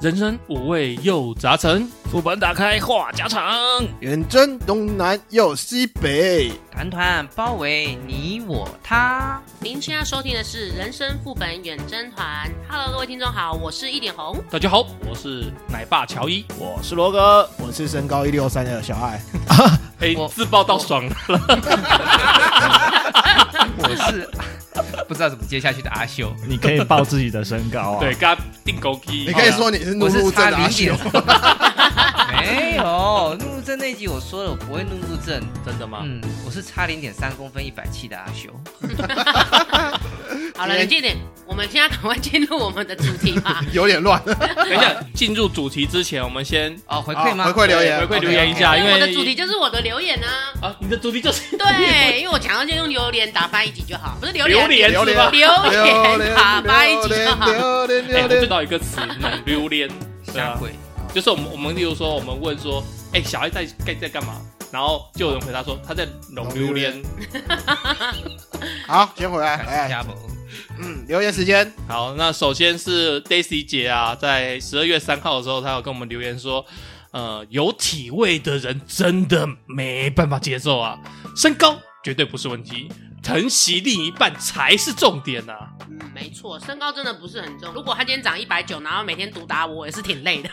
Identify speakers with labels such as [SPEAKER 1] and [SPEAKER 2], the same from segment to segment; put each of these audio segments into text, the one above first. [SPEAKER 1] 人生五味又杂陈，副本打开话家常，
[SPEAKER 2] 远征东南又西北，
[SPEAKER 3] 团团包围你我他。
[SPEAKER 4] 您现在收听的是《人生副本远征团》。Hello，各位听众好，我是一点红。
[SPEAKER 1] 大家好，我是奶爸乔伊，
[SPEAKER 2] 我是罗哥，我是身高一六三的小爱，
[SPEAKER 1] 哎、
[SPEAKER 3] 我
[SPEAKER 1] 自爆到爽了，
[SPEAKER 3] 我是 不知道怎么接下去的阿修，
[SPEAKER 5] 你可以报自己的身高啊。
[SPEAKER 1] 对，，跟他定勾机，
[SPEAKER 2] 你可以说你是怒
[SPEAKER 3] 我是
[SPEAKER 2] 路症
[SPEAKER 3] 差
[SPEAKER 2] 的阿啊
[SPEAKER 3] 零
[SPEAKER 2] 修
[SPEAKER 3] 点，。没有怒路症那集我说了，我不会怒路症。
[SPEAKER 1] 真的吗？
[SPEAKER 3] 嗯，我是差零点三公分一百七的阿修。
[SPEAKER 4] 好了，冷静点，我们现在赶快进入我们的主题吧。
[SPEAKER 2] 有点乱。
[SPEAKER 1] 等一下，进入主题之前，我们先
[SPEAKER 3] 哦，回馈吗？
[SPEAKER 2] 好回馈留言
[SPEAKER 1] 回馈
[SPEAKER 2] OK，
[SPEAKER 1] 留言一下，啊哎因
[SPEAKER 4] 因
[SPEAKER 1] 为
[SPEAKER 4] 为我的主题就是我的留言啊。
[SPEAKER 1] 啊，你的主题 就是
[SPEAKER 4] 对，因为我想要就用榴莲打发一集就好，不是榴
[SPEAKER 1] 榴
[SPEAKER 4] 莲，
[SPEAKER 1] 莲
[SPEAKER 2] 榴
[SPEAKER 1] 是
[SPEAKER 2] 莲
[SPEAKER 1] 吧？
[SPEAKER 4] 榴莲打发一
[SPEAKER 2] 榴
[SPEAKER 4] 集就
[SPEAKER 2] 莲
[SPEAKER 4] 好。
[SPEAKER 2] 榴莲
[SPEAKER 1] 哎、
[SPEAKER 2] 榴
[SPEAKER 1] 我知
[SPEAKER 2] 莲，
[SPEAKER 1] 道一个词，那种榴莲，对
[SPEAKER 3] 下
[SPEAKER 1] 啊，
[SPEAKER 3] 跪。
[SPEAKER 1] 就是我们我们例如说，我们问说，哎、小孩在该在干嘛？然后就有人回答说他在弄榴莲。
[SPEAKER 2] 好，先回来。
[SPEAKER 3] 感谢
[SPEAKER 2] 哎，
[SPEAKER 3] 加盟。
[SPEAKER 2] 嗯，留言时间，
[SPEAKER 1] 好，那首先是 Daisy 姐啊，在十二月三号的时候，她有跟我们留言说，呃，有体味的人真的没办法接受啊，身高绝对不是问题，疼惜另一半才是重点呐、啊。
[SPEAKER 4] 嗯，没错，身高真的不是很重。如果他今天长一百九，然后每天毒打我，我也是挺累的。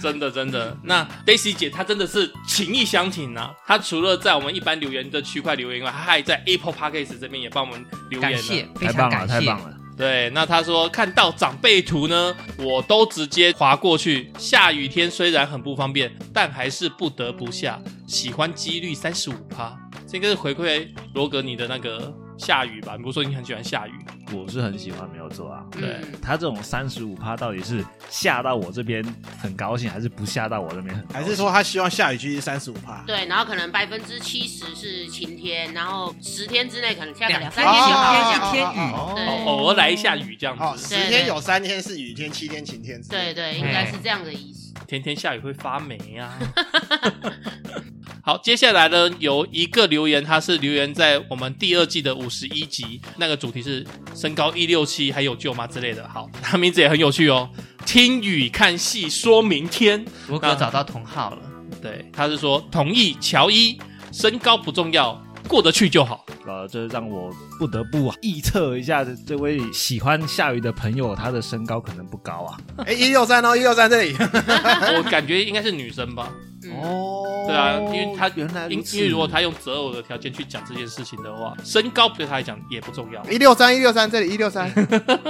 [SPEAKER 1] 真的真的，那 Daisy 姐她真的是情意相挺啊，她除了在我们一般留言的区块留言以外，她还在 Apple Podcast 这边也帮我们留言
[SPEAKER 3] 感
[SPEAKER 1] 啊了。
[SPEAKER 3] 谢，非
[SPEAKER 5] 太
[SPEAKER 3] 常
[SPEAKER 5] 棒了，
[SPEAKER 3] 感
[SPEAKER 5] 太
[SPEAKER 3] 谢。
[SPEAKER 5] 棒了！
[SPEAKER 1] 对，那他说看到长辈图呢，我都直接划过去。下雨天虽然很不方便，但还是不得不下。喜欢几率三十五趴，这个是回馈罗格你的那个下雨吧？你不是说你很喜欢下雨？
[SPEAKER 5] 我是很喜欢，没有错啊。
[SPEAKER 1] 对
[SPEAKER 4] 嗯，
[SPEAKER 5] 他这种三十五趴到底是下到我这边很高兴，还是不下到我这边很高兴？
[SPEAKER 2] 还是说他希望下雨区是三十五趴？
[SPEAKER 4] 对，然后可能百分之七十是晴天，然后十天之内可能下个两
[SPEAKER 3] 两
[SPEAKER 4] 三
[SPEAKER 3] 天
[SPEAKER 4] 天就好。
[SPEAKER 3] 两天一天雨。
[SPEAKER 2] 哦
[SPEAKER 4] 对
[SPEAKER 1] 偶尔来一下雨这样
[SPEAKER 2] 好，
[SPEAKER 1] 子，
[SPEAKER 2] 十天有三天是雨天，七天晴天。
[SPEAKER 4] 对，对，应该是这样的意思。
[SPEAKER 1] 天天下雨会发霉啊。 好，接下来呢，有一个留言，他是留言在我们第二季的五十一集，那个主题是身高一六七还有救吗之类的。好，他名字也很有趣哦，听雨看戏说明天。
[SPEAKER 3] 罗哥找到同号了，
[SPEAKER 1] 对，他是说同意乔伊，身高不重要，过得去就好。
[SPEAKER 5] 呃，这让我不得不啊臆测一下，这位喜欢下雨的朋友，他的身高可能不高啊。
[SPEAKER 2] 哎，一六三哦，一六三这里。
[SPEAKER 1] 我感觉应该是女生吧，
[SPEAKER 4] 嗯，
[SPEAKER 2] 哦
[SPEAKER 1] 对啊，因为他
[SPEAKER 5] 原来
[SPEAKER 1] 因因为如果他用择偶的条件去讲这件事情的话，身高对他来讲也不重要。
[SPEAKER 2] 一六三一六三这里一六三，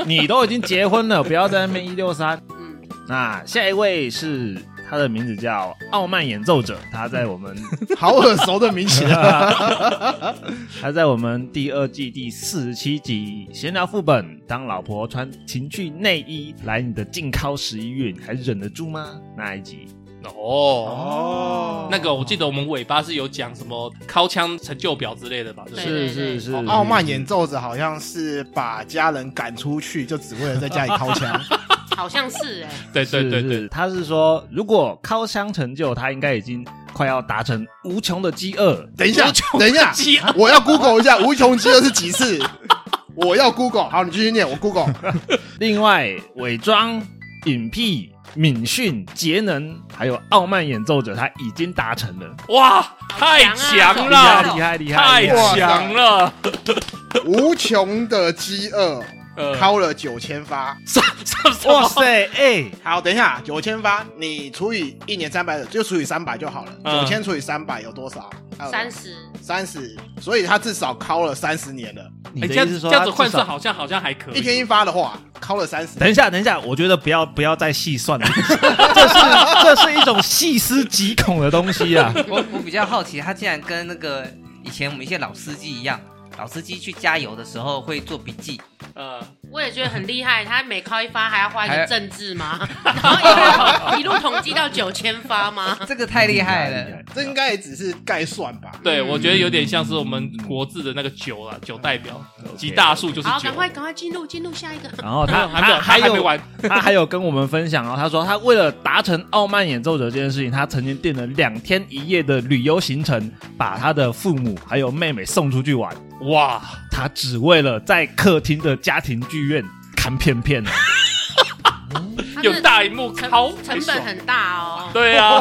[SPEAKER 5] 你都已经结婚了，不要在那边一六三。
[SPEAKER 4] 嗯，
[SPEAKER 5] 那下一位是他的名字叫傲慢演奏者，他在我们
[SPEAKER 2] 好耳熟的名 词。啊
[SPEAKER 5] 他在我们第二季第四十七集闲聊副本，当老婆穿情趣内衣来你的静靠十一月，你还忍得住吗？那一集
[SPEAKER 1] 哦
[SPEAKER 2] 哦
[SPEAKER 1] 那个我记得我们尾巴是有讲什么敲枪成就表之类的吧？对不对
[SPEAKER 4] 对
[SPEAKER 5] 是是是
[SPEAKER 2] 哦傲慢演奏者好像是把家人赶出去，就只为了在家里掏 枪。
[SPEAKER 4] 好像是哎、
[SPEAKER 1] 对对对
[SPEAKER 5] 是
[SPEAKER 1] 对
[SPEAKER 5] 是他是说如果靠箱成就，他应该已经快要达成无穷的饥饿。
[SPEAKER 2] 等一下，等一下，
[SPEAKER 1] 饥饿
[SPEAKER 2] 我要 Google 一下无穷饥饿是几次？我要 Google。好，你继续念，我 Google。
[SPEAKER 5] 另外，伪装、隐蔽、敏训、节能，还有傲慢演奏者，他已经达成了，
[SPEAKER 1] 哇，太强
[SPEAKER 4] 好
[SPEAKER 5] 厉
[SPEAKER 4] 啦
[SPEAKER 5] 害
[SPEAKER 1] 了，
[SPEAKER 5] 厉害厉害！
[SPEAKER 1] 太
[SPEAKER 5] 厉害
[SPEAKER 2] 哇
[SPEAKER 1] 强了！
[SPEAKER 2] 无穷的饥饿，
[SPEAKER 1] 呃，
[SPEAKER 2] 掏了九千发。
[SPEAKER 1] 什什什
[SPEAKER 5] 哇
[SPEAKER 1] 么？
[SPEAKER 5] 塞，哎、
[SPEAKER 2] 好，等一下，九千发，你除以一年三百，就除以三百就好了。
[SPEAKER 1] 嗯
[SPEAKER 2] 九千除以三百有多少？
[SPEAKER 4] 三十，
[SPEAKER 2] 三十，所以他至少掏了三十年了。
[SPEAKER 5] 你
[SPEAKER 1] 哎，
[SPEAKER 5] 的
[SPEAKER 1] 这
[SPEAKER 5] 意
[SPEAKER 1] 样
[SPEAKER 5] 思是说
[SPEAKER 1] 这样
[SPEAKER 5] 他
[SPEAKER 1] 子
[SPEAKER 5] 至
[SPEAKER 1] 换
[SPEAKER 5] 少
[SPEAKER 1] 算好像好像还可以。
[SPEAKER 2] 一天一发的话，掏了三十。
[SPEAKER 5] 等一下，等一下，我觉得不要不要再细算 了，这是这是一种细思极恐的东西啊！
[SPEAKER 3] 我我比较好奇，他竟然跟那个以前我们一些老司机一样，老司机去加油的时候会做笔记，
[SPEAKER 1] 呃，
[SPEAKER 4] 我也觉得很厉害。他每靠一发还要画一
[SPEAKER 3] 还
[SPEAKER 4] 个
[SPEAKER 3] 要
[SPEAKER 4] 政 治吗？然后一路一路统计到九千发吗？
[SPEAKER 3] 这个 太厉害
[SPEAKER 5] 厉
[SPEAKER 3] 了。
[SPEAKER 2] 这应该也只是概算吧？
[SPEAKER 1] 对，
[SPEAKER 4] 嗯
[SPEAKER 1] 我觉得有点像是我们国字的那个九啦，九代表，
[SPEAKER 5] 嗯 OK
[SPEAKER 1] 集大数就是
[SPEAKER 4] 好，
[SPEAKER 1] 九
[SPEAKER 4] 赶。快赶快进入进入下一个。
[SPEAKER 5] 然后
[SPEAKER 1] 没
[SPEAKER 5] 他
[SPEAKER 1] 有还没有，
[SPEAKER 5] 他
[SPEAKER 1] 还还没
[SPEAKER 5] 有
[SPEAKER 1] 完。
[SPEAKER 5] 他还有跟我们分享哦，他说他为了达成傲慢演奏者这件事情，他曾经订了两天一夜的旅游行程，把他的父母还有妹妹送出去玩，
[SPEAKER 1] 哇，哎
[SPEAKER 5] 他只为了在客厅的家庭剧院看片片啊。
[SPEAKER 1] 有大荧幕
[SPEAKER 4] 成
[SPEAKER 1] 靠，
[SPEAKER 4] 成本很大哦。
[SPEAKER 1] 对啊，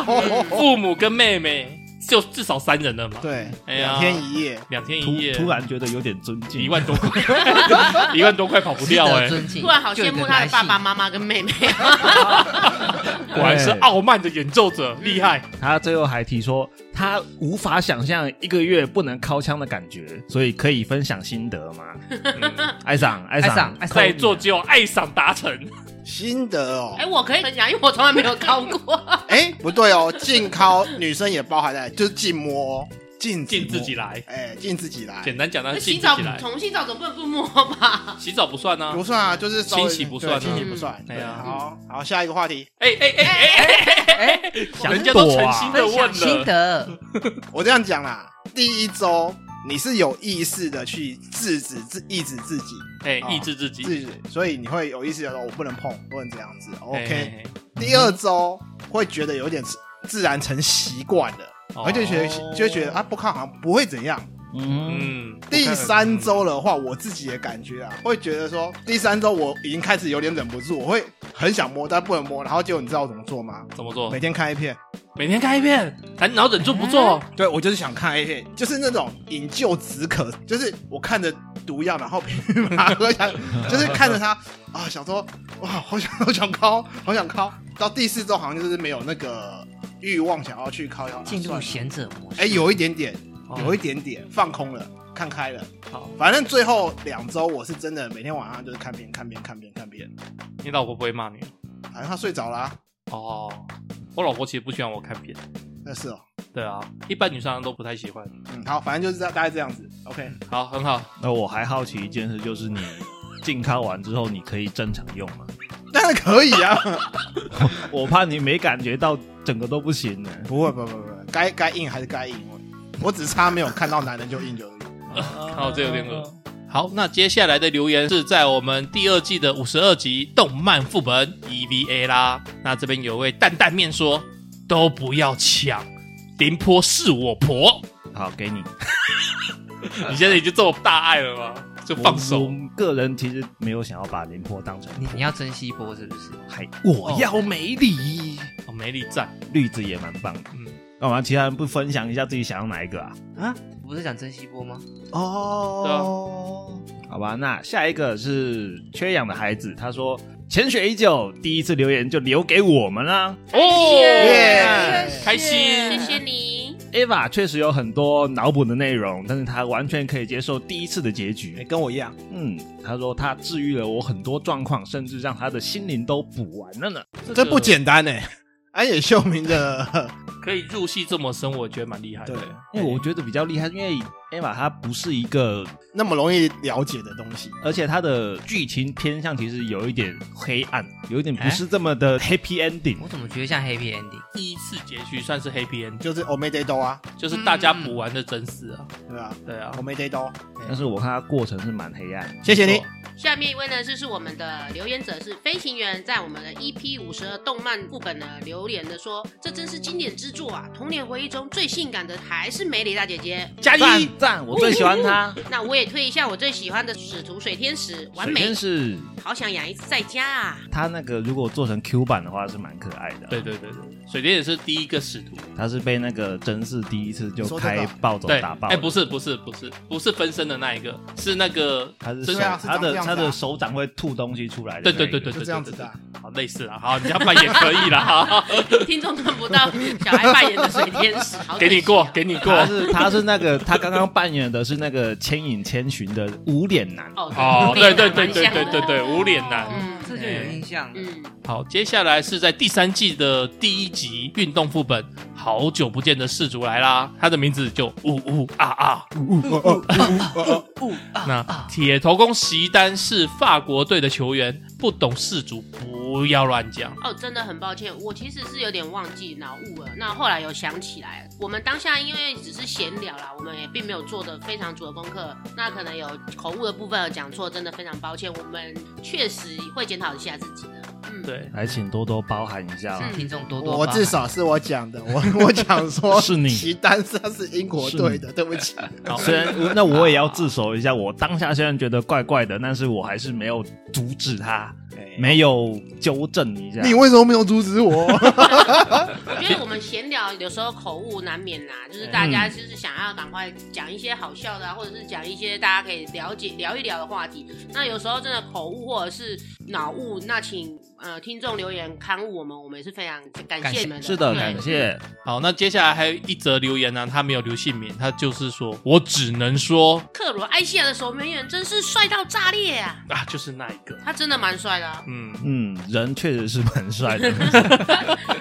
[SPEAKER 1] 父母跟妹妹就至少三人了嘛，
[SPEAKER 2] 对，
[SPEAKER 1] 哎呀
[SPEAKER 2] 两天一夜，
[SPEAKER 1] 两天一夜，
[SPEAKER 5] 突突然觉得有点尊敬，
[SPEAKER 1] 一万多块， 一万多块跑不掉哎、
[SPEAKER 3] 尊敬。
[SPEAKER 4] 突然好羡慕他的爸爸妈妈跟妹妹啊！
[SPEAKER 1] 果然是
[SPEAKER 5] 对
[SPEAKER 1] 傲慢的演奏者，厉害。
[SPEAKER 5] 他最后还提说，他无法想象一个月不能掏枪的感觉，所以可以分享心得 吗？
[SPEAKER 1] 嗯
[SPEAKER 5] 爱上爱
[SPEAKER 3] 爱上
[SPEAKER 5] 上
[SPEAKER 3] 爱上
[SPEAKER 1] 在座只有爱赏达成，
[SPEAKER 2] 心得哦
[SPEAKER 4] 哎，。我可以分享，因为我从来没有 高过。
[SPEAKER 2] 哎，不对哦，禁靠女生也包含在，就是禁摸哦，禁
[SPEAKER 1] 尽自己
[SPEAKER 2] 来，
[SPEAKER 1] 来。
[SPEAKER 2] 哎，禁自己来，
[SPEAKER 1] 简单讲，那
[SPEAKER 4] 洗
[SPEAKER 1] 尽自
[SPEAKER 4] 澡
[SPEAKER 1] 己来。
[SPEAKER 4] 从洗澡总不能不摸吧？
[SPEAKER 1] 洗澡不算啊
[SPEAKER 2] 不。算啊，就是稍微
[SPEAKER 1] 清洗不算啊
[SPEAKER 2] 对清洗不算。
[SPEAKER 1] 对
[SPEAKER 2] 对
[SPEAKER 1] 啊
[SPEAKER 2] 啊，好好，下一个话题，
[SPEAKER 1] 哎哎哎哎哎哎，人家都诚心的
[SPEAKER 3] 分
[SPEAKER 1] 问
[SPEAKER 3] 享心
[SPEAKER 1] 了，
[SPEAKER 3] 得，
[SPEAKER 2] 我这样讲啦，第一周你是有意识的去制止自抑制自己，
[SPEAKER 1] 哎，
[SPEAKER 2] 哦
[SPEAKER 1] 抑制自己。
[SPEAKER 2] 制止，所以你会有意识的说，我不能碰，不能这样子。
[SPEAKER 1] 哎
[SPEAKER 2] OK，
[SPEAKER 1] 哎
[SPEAKER 2] 第二周会觉得有点自然成习惯了，
[SPEAKER 1] 哦
[SPEAKER 2] 而且觉得就会觉得啊，不看好像不会怎样。
[SPEAKER 5] 嗯，
[SPEAKER 1] 嗯，
[SPEAKER 2] 第三周的话，我自己的感觉啊，会觉得说，第三周我已经开始有点忍不住，我会很想摸，但不能摸。然后结果你知道我怎么做吗？
[SPEAKER 1] 怎
[SPEAKER 3] 哦
[SPEAKER 1] 么做
[SPEAKER 2] 每？天看 A 片，
[SPEAKER 1] 每天看一遍，然后忍住不做。
[SPEAKER 2] 对我就是想看 A 片，就是那种饮鸩止渴，就是我看着毒药，然后把它喝下，就是看着它啊，想说哇，好想好想敲，好想敲。到第四周好像就是没有那个欲望想要去敲药，
[SPEAKER 3] 进入
[SPEAKER 2] 算了
[SPEAKER 3] 贤者模式。
[SPEAKER 2] 哎、有一点点，
[SPEAKER 1] 哦
[SPEAKER 2] 有一点点放空了，看开了。
[SPEAKER 1] 好，
[SPEAKER 2] 反正最后两周我是真的每天晚上就是看片、看片、看片、看片，
[SPEAKER 1] 你老婆不会骂你
[SPEAKER 2] 好像他睡着啦、
[SPEAKER 1] 哦。我老婆其实不喜欢我看片，
[SPEAKER 2] 那是哦。
[SPEAKER 1] 对啊，一般女生都不太喜欢。
[SPEAKER 2] 嗯，好，反正就是这样大概这样子。OK，
[SPEAKER 1] 好，很好，
[SPEAKER 5] 那我还好奇一件事，就是你禁靠完之后，你可以正常用吗？
[SPEAKER 2] 当然可以 啊，
[SPEAKER 5] 我怕你没感觉到，整个都不行呢。
[SPEAKER 2] 不会，不会，不会，不会该该硬还是该硬，我我只差没有看到男人就硬就硬。
[SPEAKER 1] 好，这有点恶。
[SPEAKER 4] 嗯
[SPEAKER 1] 好，那接下来的留言是在我们第二季的五十二集《动漫副本 EVA》啦。那这边有位担担面说，都不要抢，林坡是我婆。
[SPEAKER 5] 好，给你
[SPEAKER 1] 你现在已经这么大爱了吗？就放
[SPEAKER 5] 我
[SPEAKER 1] 手
[SPEAKER 5] 我个人其实没有想要把林波当成
[SPEAKER 3] 你你要珍惜波是不是？
[SPEAKER 1] 嗯
[SPEAKER 5] 还我要美里，
[SPEAKER 1] 哦，没力战。
[SPEAKER 5] 绿子也蛮棒的。
[SPEAKER 1] 嗯，
[SPEAKER 5] 干嘛？其他人不分享一下自己想要哪一个啊？
[SPEAKER 3] 不是讲珍惜波吗？
[SPEAKER 2] 哦，
[SPEAKER 5] 好吧，那下一个是缺氧的孩子，他说潜水已久，第一次留言就留给我们啦。
[SPEAKER 1] 哦，
[SPEAKER 2] 耶
[SPEAKER 1] 开心
[SPEAKER 4] 谢谢你，
[SPEAKER 5] Ava 确实有很多脑补的内容，但是他完全可以接受第一次的结
[SPEAKER 2] 哎，
[SPEAKER 5] 局。
[SPEAKER 2] 跟我一样，
[SPEAKER 5] 嗯，他说他治愈了我很多状况，甚至让他的心灵都补完了呢。
[SPEAKER 2] 这不简单哎。 安野秀明的，
[SPEAKER 1] 可以入戏这么深，我觉得蛮厉害的。
[SPEAKER 2] 对，
[SPEAKER 5] 因为我觉得比较厉害，因为 Ava 她不是一个，
[SPEAKER 2] 那么容易了解的东西，
[SPEAKER 5] 而且她的剧情偏向其实有一点黑暗，有一点
[SPEAKER 2] 哎
[SPEAKER 5] 不是这么的 happy ending。
[SPEAKER 3] 我怎么觉得像 Happy Ending？
[SPEAKER 1] 第一次结局算是 happy end，
[SPEAKER 2] 就是 o m e d e d o 啊，
[SPEAKER 1] 就是
[SPEAKER 4] 嗯
[SPEAKER 1] 大家补完的真实啊。
[SPEAKER 2] 对吧
[SPEAKER 1] 对啊
[SPEAKER 2] o，m e d e d o
[SPEAKER 5] 但是我看她过程是蛮黑暗的。
[SPEAKER 2] 谢谢你。
[SPEAKER 4] 下面一位呢，就是我们的留言者是飞行员，在我们的 EP 五十二动漫副本呢留言的说，这真是经典之作啊！童年回忆中最性感的还是美里大姐 姐。
[SPEAKER 1] 加一
[SPEAKER 5] 赞赞，
[SPEAKER 2] 哎
[SPEAKER 5] 我最喜欢她。
[SPEAKER 4] 那我也推一下我最喜欢的使徒水天使，完
[SPEAKER 5] 首
[SPEAKER 4] 美
[SPEAKER 5] 先，是
[SPEAKER 4] 好想养一只在家啊！
[SPEAKER 5] 她那个如果做成 Q 版的话是蛮可爱的。
[SPEAKER 1] 对，对对对，水莲也是第一个使徒。
[SPEAKER 5] 她是被那个真是第一次就
[SPEAKER 2] 你说这个啊
[SPEAKER 5] 开暴走
[SPEAKER 1] 对，
[SPEAKER 5] 打爆。
[SPEAKER 1] 哎、不，是不是不是不是分身的那一个，是那个
[SPEAKER 5] 她是
[SPEAKER 1] 真
[SPEAKER 5] 手
[SPEAKER 2] 对啊是
[SPEAKER 5] 她
[SPEAKER 2] 长这
[SPEAKER 5] 的
[SPEAKER 2] 样子
[SPEAKER 5] 她
[SPEAKER 2] 啊
[SPEAKER 5] 的手掌会吐东西出来的
[SPEAKER 1] 对
[SPEAKER 5] 那一个。
[SPEAKER 1] 对对对对
[SPEAKER 2] 就这样子的啊
[SPEAKER 1] 对对对好类似啦，好你这样扮也可以啦，
[SPEAKER 4] 听众看不到 小孩扮演的水天使，好可
[SPEAKER 1] 给
[SPEAKER 4] 惜啊
[SPEAKER 1] 你过给你过
[SPEAKER 5] 她是她是那个她刚刚扮演的是那个《千与千寻》的无脸男。
[SPEAKER 4] 哦
[SPEAKER 1] 哦，对对对对对对
[SPEAKER 4] 对，
[SPEAKER 1] 对，无脸男。
[SPEAKER 4] 嗯
[SPEAKER 3] 这就有印象了。
[SPEAKER 4] 嗯，
[SPEAKER 1] 好，接下来是在第三季的第一集运动副本，好久不见的氏族来啦，他的名字就呜呜啊啊。
[SPEAKER 2] 啊
[SPEAKER 1] 那铁头功席丹是法国队的球员，不懂氏族不要乱讲。
[SPEAKER 4] 哦，真的很抱歉，我其实是有点忘记脑雾了。那后来有想起来，我们当下因为只是闲聊啦，我们也并没有做的非常足的功课，那可能有口误的部分有讲错，真的非常抱歉。我们确实会检讨一下自己的。嗯，
[SPEAKER 1] 对，
[SPEAKER 5] 还请多多包涵一下、
[SPEAKER 4] 嗯
[SPEAKER 5] 啊。
[SPEAKER 3] 听众多多，
[SPEAKER 2] 我至。少是我讲的，我我 讲说
[SPEAKER 5] 是你
[SPEAKER 2] 齐丹是他是英国队的，对不起。
[SPEAKER 1] 好，
[SPEAKER 5] 虽然我那我也要自首一下，我当下虽然觉得怪怪的，但是我还是没有阻止他。
[SPEAKER 2] 哎
[SPEAKER 5] 没有纠正一下。
[SPEAKER 2] 你为什么没有阻止我？
[SPEAKER 4] 我觉得我们闲聊有时候口误难免啦，就是大家
[SPEAKER 5] 嗯
[SPEAKER 4] 就是想要赶快讲一些好笑的、啊，或者是讲一些大家可以了解聊一聊的话题。那有时候真的口误或者是脑误，那请呃听众留言刊物我们，我们也是非常感
[SPEAKER 3] 感
[SPEAKER 4] 谢
[SPEAKER 3] 谢
[SPEAKER 4] 你们
[SPEAKER 5] 是的，
[SPEAKER 4] 对
[SPEAKER 5] 感谢。
[SPEAKER 1] 好，那接下来还有一则留言呢、啊他没有留姓名，他就是说我只能说
[SPEAKER 4] 克罗埃西亚的守门员真是帅到炸裂啊！
[SPEAKER 1] 啊，就是那一个，
[SPEAKER 4] 他真的蛮帅的、啊，
[SPEAKER 1] 嗯，
[SPEAKER 5] 嗯，人确实是蛮帅的，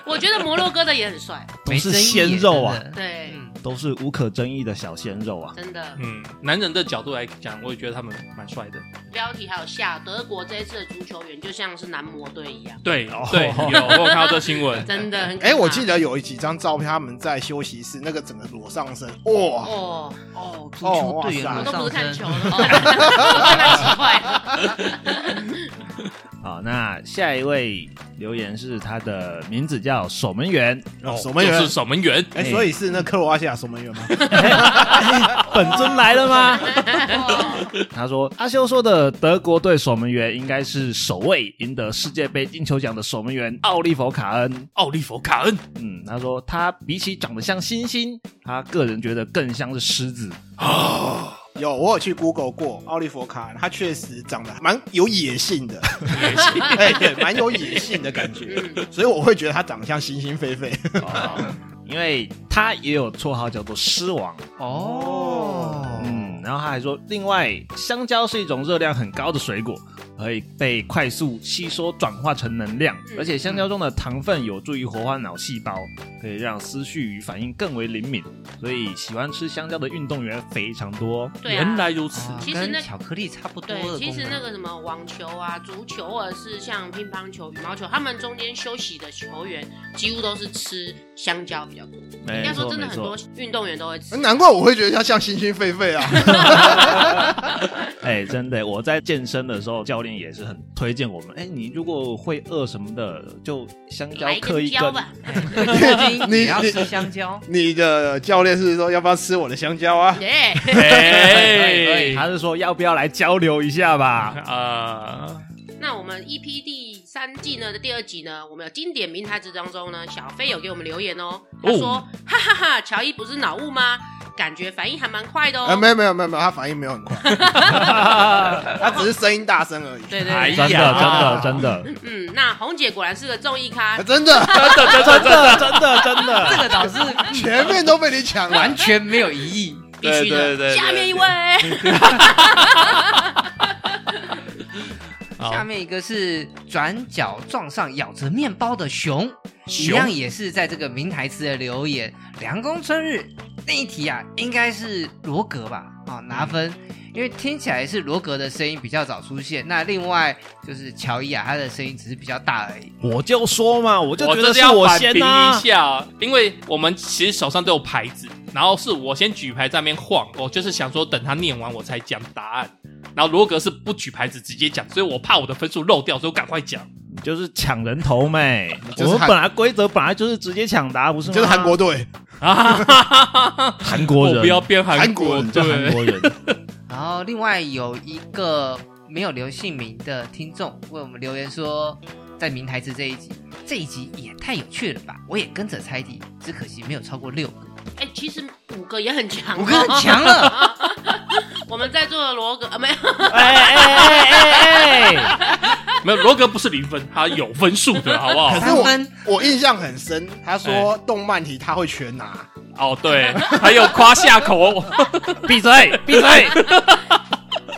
[SPEAKER 4] 我觉得摩洛哥的也很帅。
[SPEAKER 5] 都
[SPEAKER 3] 没
[SPEAKER 5] 是
[SPEAKER 3] 争议
[SPEAKER 5] 鲜肉啊，
[SPEAKER 3] 真的
[SPEAKER 4] 对，
[SPEAKER 5] 都是无可争议的小鲜肉啊。
[SPEAKER 4] 真的。
[SPEAKER 1] 嗯，男人的角度来讲，我也觉得他们蛮帅的。
[SPEAKER 4] 标题还有下德国这一次的足球员就像是男模队一样，，
[SPEAKER 1] 对、
[SPEAKER 5] 哦
[SPEAKER 1] 对，有我有看到这新闻
[SPEAKER 4] 真的很可怕。
[SPEAKER 2] 哎、我记得有几张照片，他们在休息室，那个整个裸上身，哇！
[SPEAKER 4] 哦，
[SPEAKER 3] 哦，足
[SPEAKER 2] 哦
[SPEAKER 3] 球
[SPEAKER 2] 哇
[SPEAKER 3] 队员
[SPEAKER 2] 塞
[SPEAKER 4] 我
[SPEAKER 3] 裸
[SPEAKER 4] 都不是看
[SPEAKER 3] 上
[SPEAKER 4] 球
[SPEAKER 3] 身，
[SPEAKER 4] 的，我看得奇怪。
[SPEAKER 5] 好，那下一位留言是他的名字叫守门员，
[SPEAKER 1] 哦
[SPEAKER 2] 守门员
[SPEAKER 1] 就是守门员，
[SPEAKER 2] 哎、
[SPEAKER 5] 哎
[SPEAKER 2] 所以是那克罗埃西亚守门员吗？
[SPEAKER 5] 本尊来了吗？
[SPEAKER 4] 哦
[SPEAKER 5] 他说：“阿修说的德国队守门员应该是首位赢得世界杯金球奖的守门员奥利弗·卡恩。
[SPEAKER 1] 奥利弗·卡恩
[SPEAKER 5] 嗯，他说他比起长得像猩猩，他个人觉得更像是狮子。
[SPEAKER 2] 有，我有去 Google 过奥利弗卡恩，他确实长得蛮有野性的，
[SPEAKER 1] 也是
[SPEAKER 2] 哎、对，蛮有野性的感 觉，
[SPEAKER 4] 嗯
[SPEAKER 2] 所以我会觉得他长得像猩猩狒 狒。
[SPEAKER 5] 哦因为他也有绰号叫做狮王。
[SPEAKER 2] 哦
[SPEAKER 5] 嗯，然后他还说，另外，香蕉是一种热量很高的水果，可以被快速吸收转化成能量，
[SPEAKER 4] 嗯
[SPEAKER 5] 而且香蕉中的糖分有助于活化脑细胞，可以让思绪与反应更为灵敏，所以喜欢吃香蕉的运动员非常多。哦
[SPEAKER 4] 对啊
[SPEAKER 1] 原来如此，
[SPEAKER 3] 哦
[SPEAKER 4] 其实
[SPEAKER 3] 跟
[SPEAKER 4] 那
[SPEAKER 3] 巧克力差不多的
[SPEAKER 4] 对，
[SPEAKER 3] 功
[SPEAKER 4] 其实
[SPEAKER 3] 能
[SPEAKER 4] 那个什么网球啊、足球，或者是像乒乓球、羽毛球，他们中间休息的球员几乎都是吃香蕉比较多。应
[SPEAKER 5] 没
[SPEAKER 4] 该说，
[SPEAKER 5] 错
[SPEAKER 4] 真的
[SPEAKER 5] 哎没
[SPEAKER 4] 很多
[SPEAKER 5] 错，
[SPEAKER 4] 运动员都会吃。
[SPEAKER 2] 难怪我会觉得他像猩猩狒狒啊！
[SPEAKER 5] 哎，真的，我在健身的时候，教练也是很推荐我们，哎，你如果会饿什么的，就香蕉
[SPEAKER 4] 来一
[SPEAKER 5] 嗑
[SPEAKER 4] 根
[SPEAKER 5] 一
[SPEAKER 4] 蕉
[SPEAKER 5] 根。
[SPEAKER 4] 吧，
[SPEAKER 3] 对
[SPEAKER 2] 你
[SPEAKER 3] 你要
[SPEAKER 2] 你
[SPEAKER 3] 吃香蕉，
[SPEAKER 2] 你的教练是说要不要吃我的香蕉啊？
[SPEAKER 4] 耶！
[SPEAKER 5] 哎，他是说要不要来交流一下吧？
[SPEAKER 1] 啊，
[SPEAKER 4] 那我们 EP 第三季呢的第二集呢，我们有经典名台词当中呢，小飞有给我们留言哦，他说：“哈哈哈，乔伊不是脑雾吗？感觉反应还蛮快的哦。
[SPEAKER 2] 哎、没有没有没有没有，他反应没有很快，
[SPEAKER 1] 啊
[SPEAKER 2] 他只是声音大声而已。
[SPEAKER 4] 对对对，
[SPEAKER 1] 哎
[SPEAKER 5] 真的，真的，真的，
[SPEAKER 4] 嗯，那红姐果然是个综艺咖
[SPEAKER 2] 啊、，真的，
[SPEAKER 1] 真的真的真的，
[SPEAKER 5] 真的，真的。
[SPEAKER 3] 这个倒是
[SPEAKER 2] 前面都被你抢了，
[SPEAKER 3] 完全没有疑义。
[SPEAKER 4] 必
[SPEAKER 1] 对
[SPEAKER 4] 须
[SPEAKER 1] 对对
[SPEAKER 4] 的。
[SPEAKER 1] 对
[SPEAKER 4] 下面一位，
[SPEAKER 3] 下
[SPEAKER 1] 好，
[SPEAKER 3] 面一个是转角撞上咬着面包的熊，一
[SPEAKER 1] 熊
[SPEAKER 3] 样也是在这个名台词的留言。梁公春日那一题啊，应该是罗格吧？啊，拿分。因为听起来是罗格的声音比较早出现，那另外就是乔伊啊，他的声音只是比较大而已。
[SPEAKER 5] 我就说嘛，我就
[SPEAKER 1] 我
[SPEAKER 5] 觉
[SPEAKER 1] 真
[SPEAKER 5] 得
[SPEAKER 1] 的
[SPEAKER 5] 是
[SPEAKER 1] 要
[SPEAKER 5] 我
[SPEAKER 1] 反
[SPEAKER 5] 先
[SPEAKER 1] 评
[SPEAKER 5] 啊
[SPEAKER 1] 一
[SPEAKER 5] 呐、
[SPEAKER 1] 下，因为我们其实手上都有牌子，然后是我先举牌在那边晃，我就是想说等他念完我才讲答案。然后罗格是不举牌子直接讲，所以我怕我的分数漏掉，所以我赶快讲。
[SPEAKER 5] 你就是抢人头妹。
[SPEAKER 2] 就是
[SPEAKER 5] 我们
[SPEAKER 2] 韩
[SPEAKER 5] 本来规则本来就是直接抢答，不是吗？
[SPEAKER 2] 就是韩国队，
[SPEAKER 1] 啊，
[SPEAKER 5] 韩国人，
[SPEAKER 1] 我不要变
[SPEAKER 2] 韩
[SPEAKER 1] 国
[SPEAKER 2] 国
[SPEAKER 1] 人，
[SPEAKER 2] 人
[SPEAKER 5] 就韩
[SPEAKER 1] 对，
[SPEAKER 5] 国人。
[SPEAKER 3] 然后另外有一个没有留姓名的听众为我们留言说，在名台词这一集，这一集也太有趣了吧！我也跟着猜题，只可惜没有超过六个。
[SPEAKER 4] 哎，其实五个也很强，哦
[SPEAKER 3] 五个很强 了，
[SPEAKER 4] 我们在座的罗格啊，没有，
[SPEAKER 5] 哎哎哎哎哎！
[SPEAKER 1] 没有罗格不是零分，他有分数的好不好
[SPEAKER 2] 可？是
[SPEAKER 3] 三
[SPEAKER 2] 我
[SPEAKER 3] 分
[SPEAKER 2] 我印象很深。他
[SPEAKER 1] 哎
[SPEAKER 2] 说动漫题他会全拿，
[SPEAKER 1] 哦，对，还有夸下口，
[SPEAKER 5] 闭 嘴，闭嘴！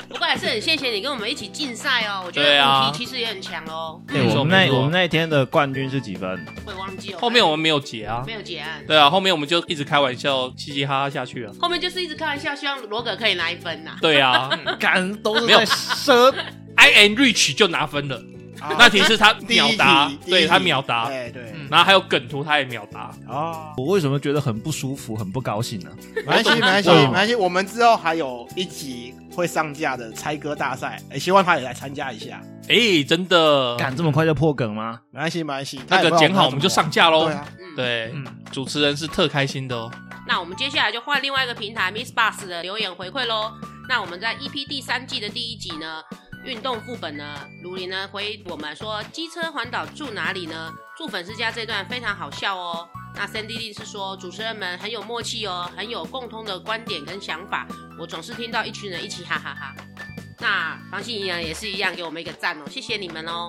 [SPEAKER 4] 不过还是很谢谢你跟我们一起竞赛哦。我觉
[SPEAKER 1] 对
[SPEAKER 4] 得
[SPEAKER 1] 啊
[SPEAKER 4] 五题其实也很强哦，
[SPEAKER 5] 对，
[SPEAKER 1] 没错
[SPEAKER 5] 我们那
[SPEAKER 1] 没错
[SPEAKER 5] 我们那一天的冠军是几分？
[SPEAKER 4] 会忘记哦。
[SPEAKER 1] 后面我们没有结啊
[SPEAKER 4] 没。有结案，
[SPEAKER 1] 对啊，后面我们就一直开玩笑，嘻嘻哈哈下去了。
[SPEAKER 4] 后面就是一直开玩笑，希望罗格可以拿一分呐。
[SPEAKER 1] 对啊
[SPEAKER 5] 敢都是
[SPEAKER 1] 没有
[SPEAKER 5] 在奢。
[SPEAKER 1] ，I am rich 就拿分了。
[SPEAKER 2] 啊
[SPEAKER 1] 那题是他
[SPEAKER 2] 第一
[SPEAKER 1] 秒
[SPEAKER 2] 题
[SPEAKER 1] 答
[SPEAKER 2] 第一，题
[SPEAKER 1] 对他秒答，
[SPEAKER 2] 哎对
[SPEAKER 3] 嗯
[SPEAKER 1] 然后还有梗图他也秒答。
[SPEAKER 2] 哦，
[SPEAKER 5] 我为什么觉得很不舒服，很不高兴呢、
[SPEAKER 2] 没关系没关系
[SPEAKER 1] 哦
[SPEAKER 5] 我懂
[SPEAKER 2] 没关系，我们之后还有一集会上架的猜歌大赛，哎，希望他也来参加一下。
[SPEAKER 1] 哎，真的，
[SPEAKER 5] 敢这么快就破 梗吗？
[SPEAKER 2] 没关系没关系，他
[SPEAKER 1] 那
[SPEAKER 2] 也不
[SPEAKER 1] 个
[SPEAKER 2] 知道
[SPEAKER 1] 剪好
[SPEAKER 2] 要
[SPEAKER 1] 我
[SPEAKER 2] 怎
[SPEAKER 1] 们
[SPEAKER 2] 么
[SPEAKER 1] 就上架喽
[SPEAKER 2] 玩。对。 啊，
[SPEAKER 4] 嗯，
[SPEAKER 1] 对
[SPEAKER 3] 嗯，
[SPEAKER 1] 主持人是特开心的哦。
[SPEAKER 4] 那我们接下来就换 E 另外一个平台 Miss Bus 的留言回馈喽。那我们在 EP 第三季的第一集呢，运动副本呢，卢林呢回我们说机车环岛住哪里呢？住粉丝家这段非常好笑哦。那 Sandy Lin 是说主持人们很有默契哦，很有共通的观点跟想法，我总是听到一群人一起哈哈哈那房心怡呢也是一样，给我们一个赞哦，谢谢你们哦。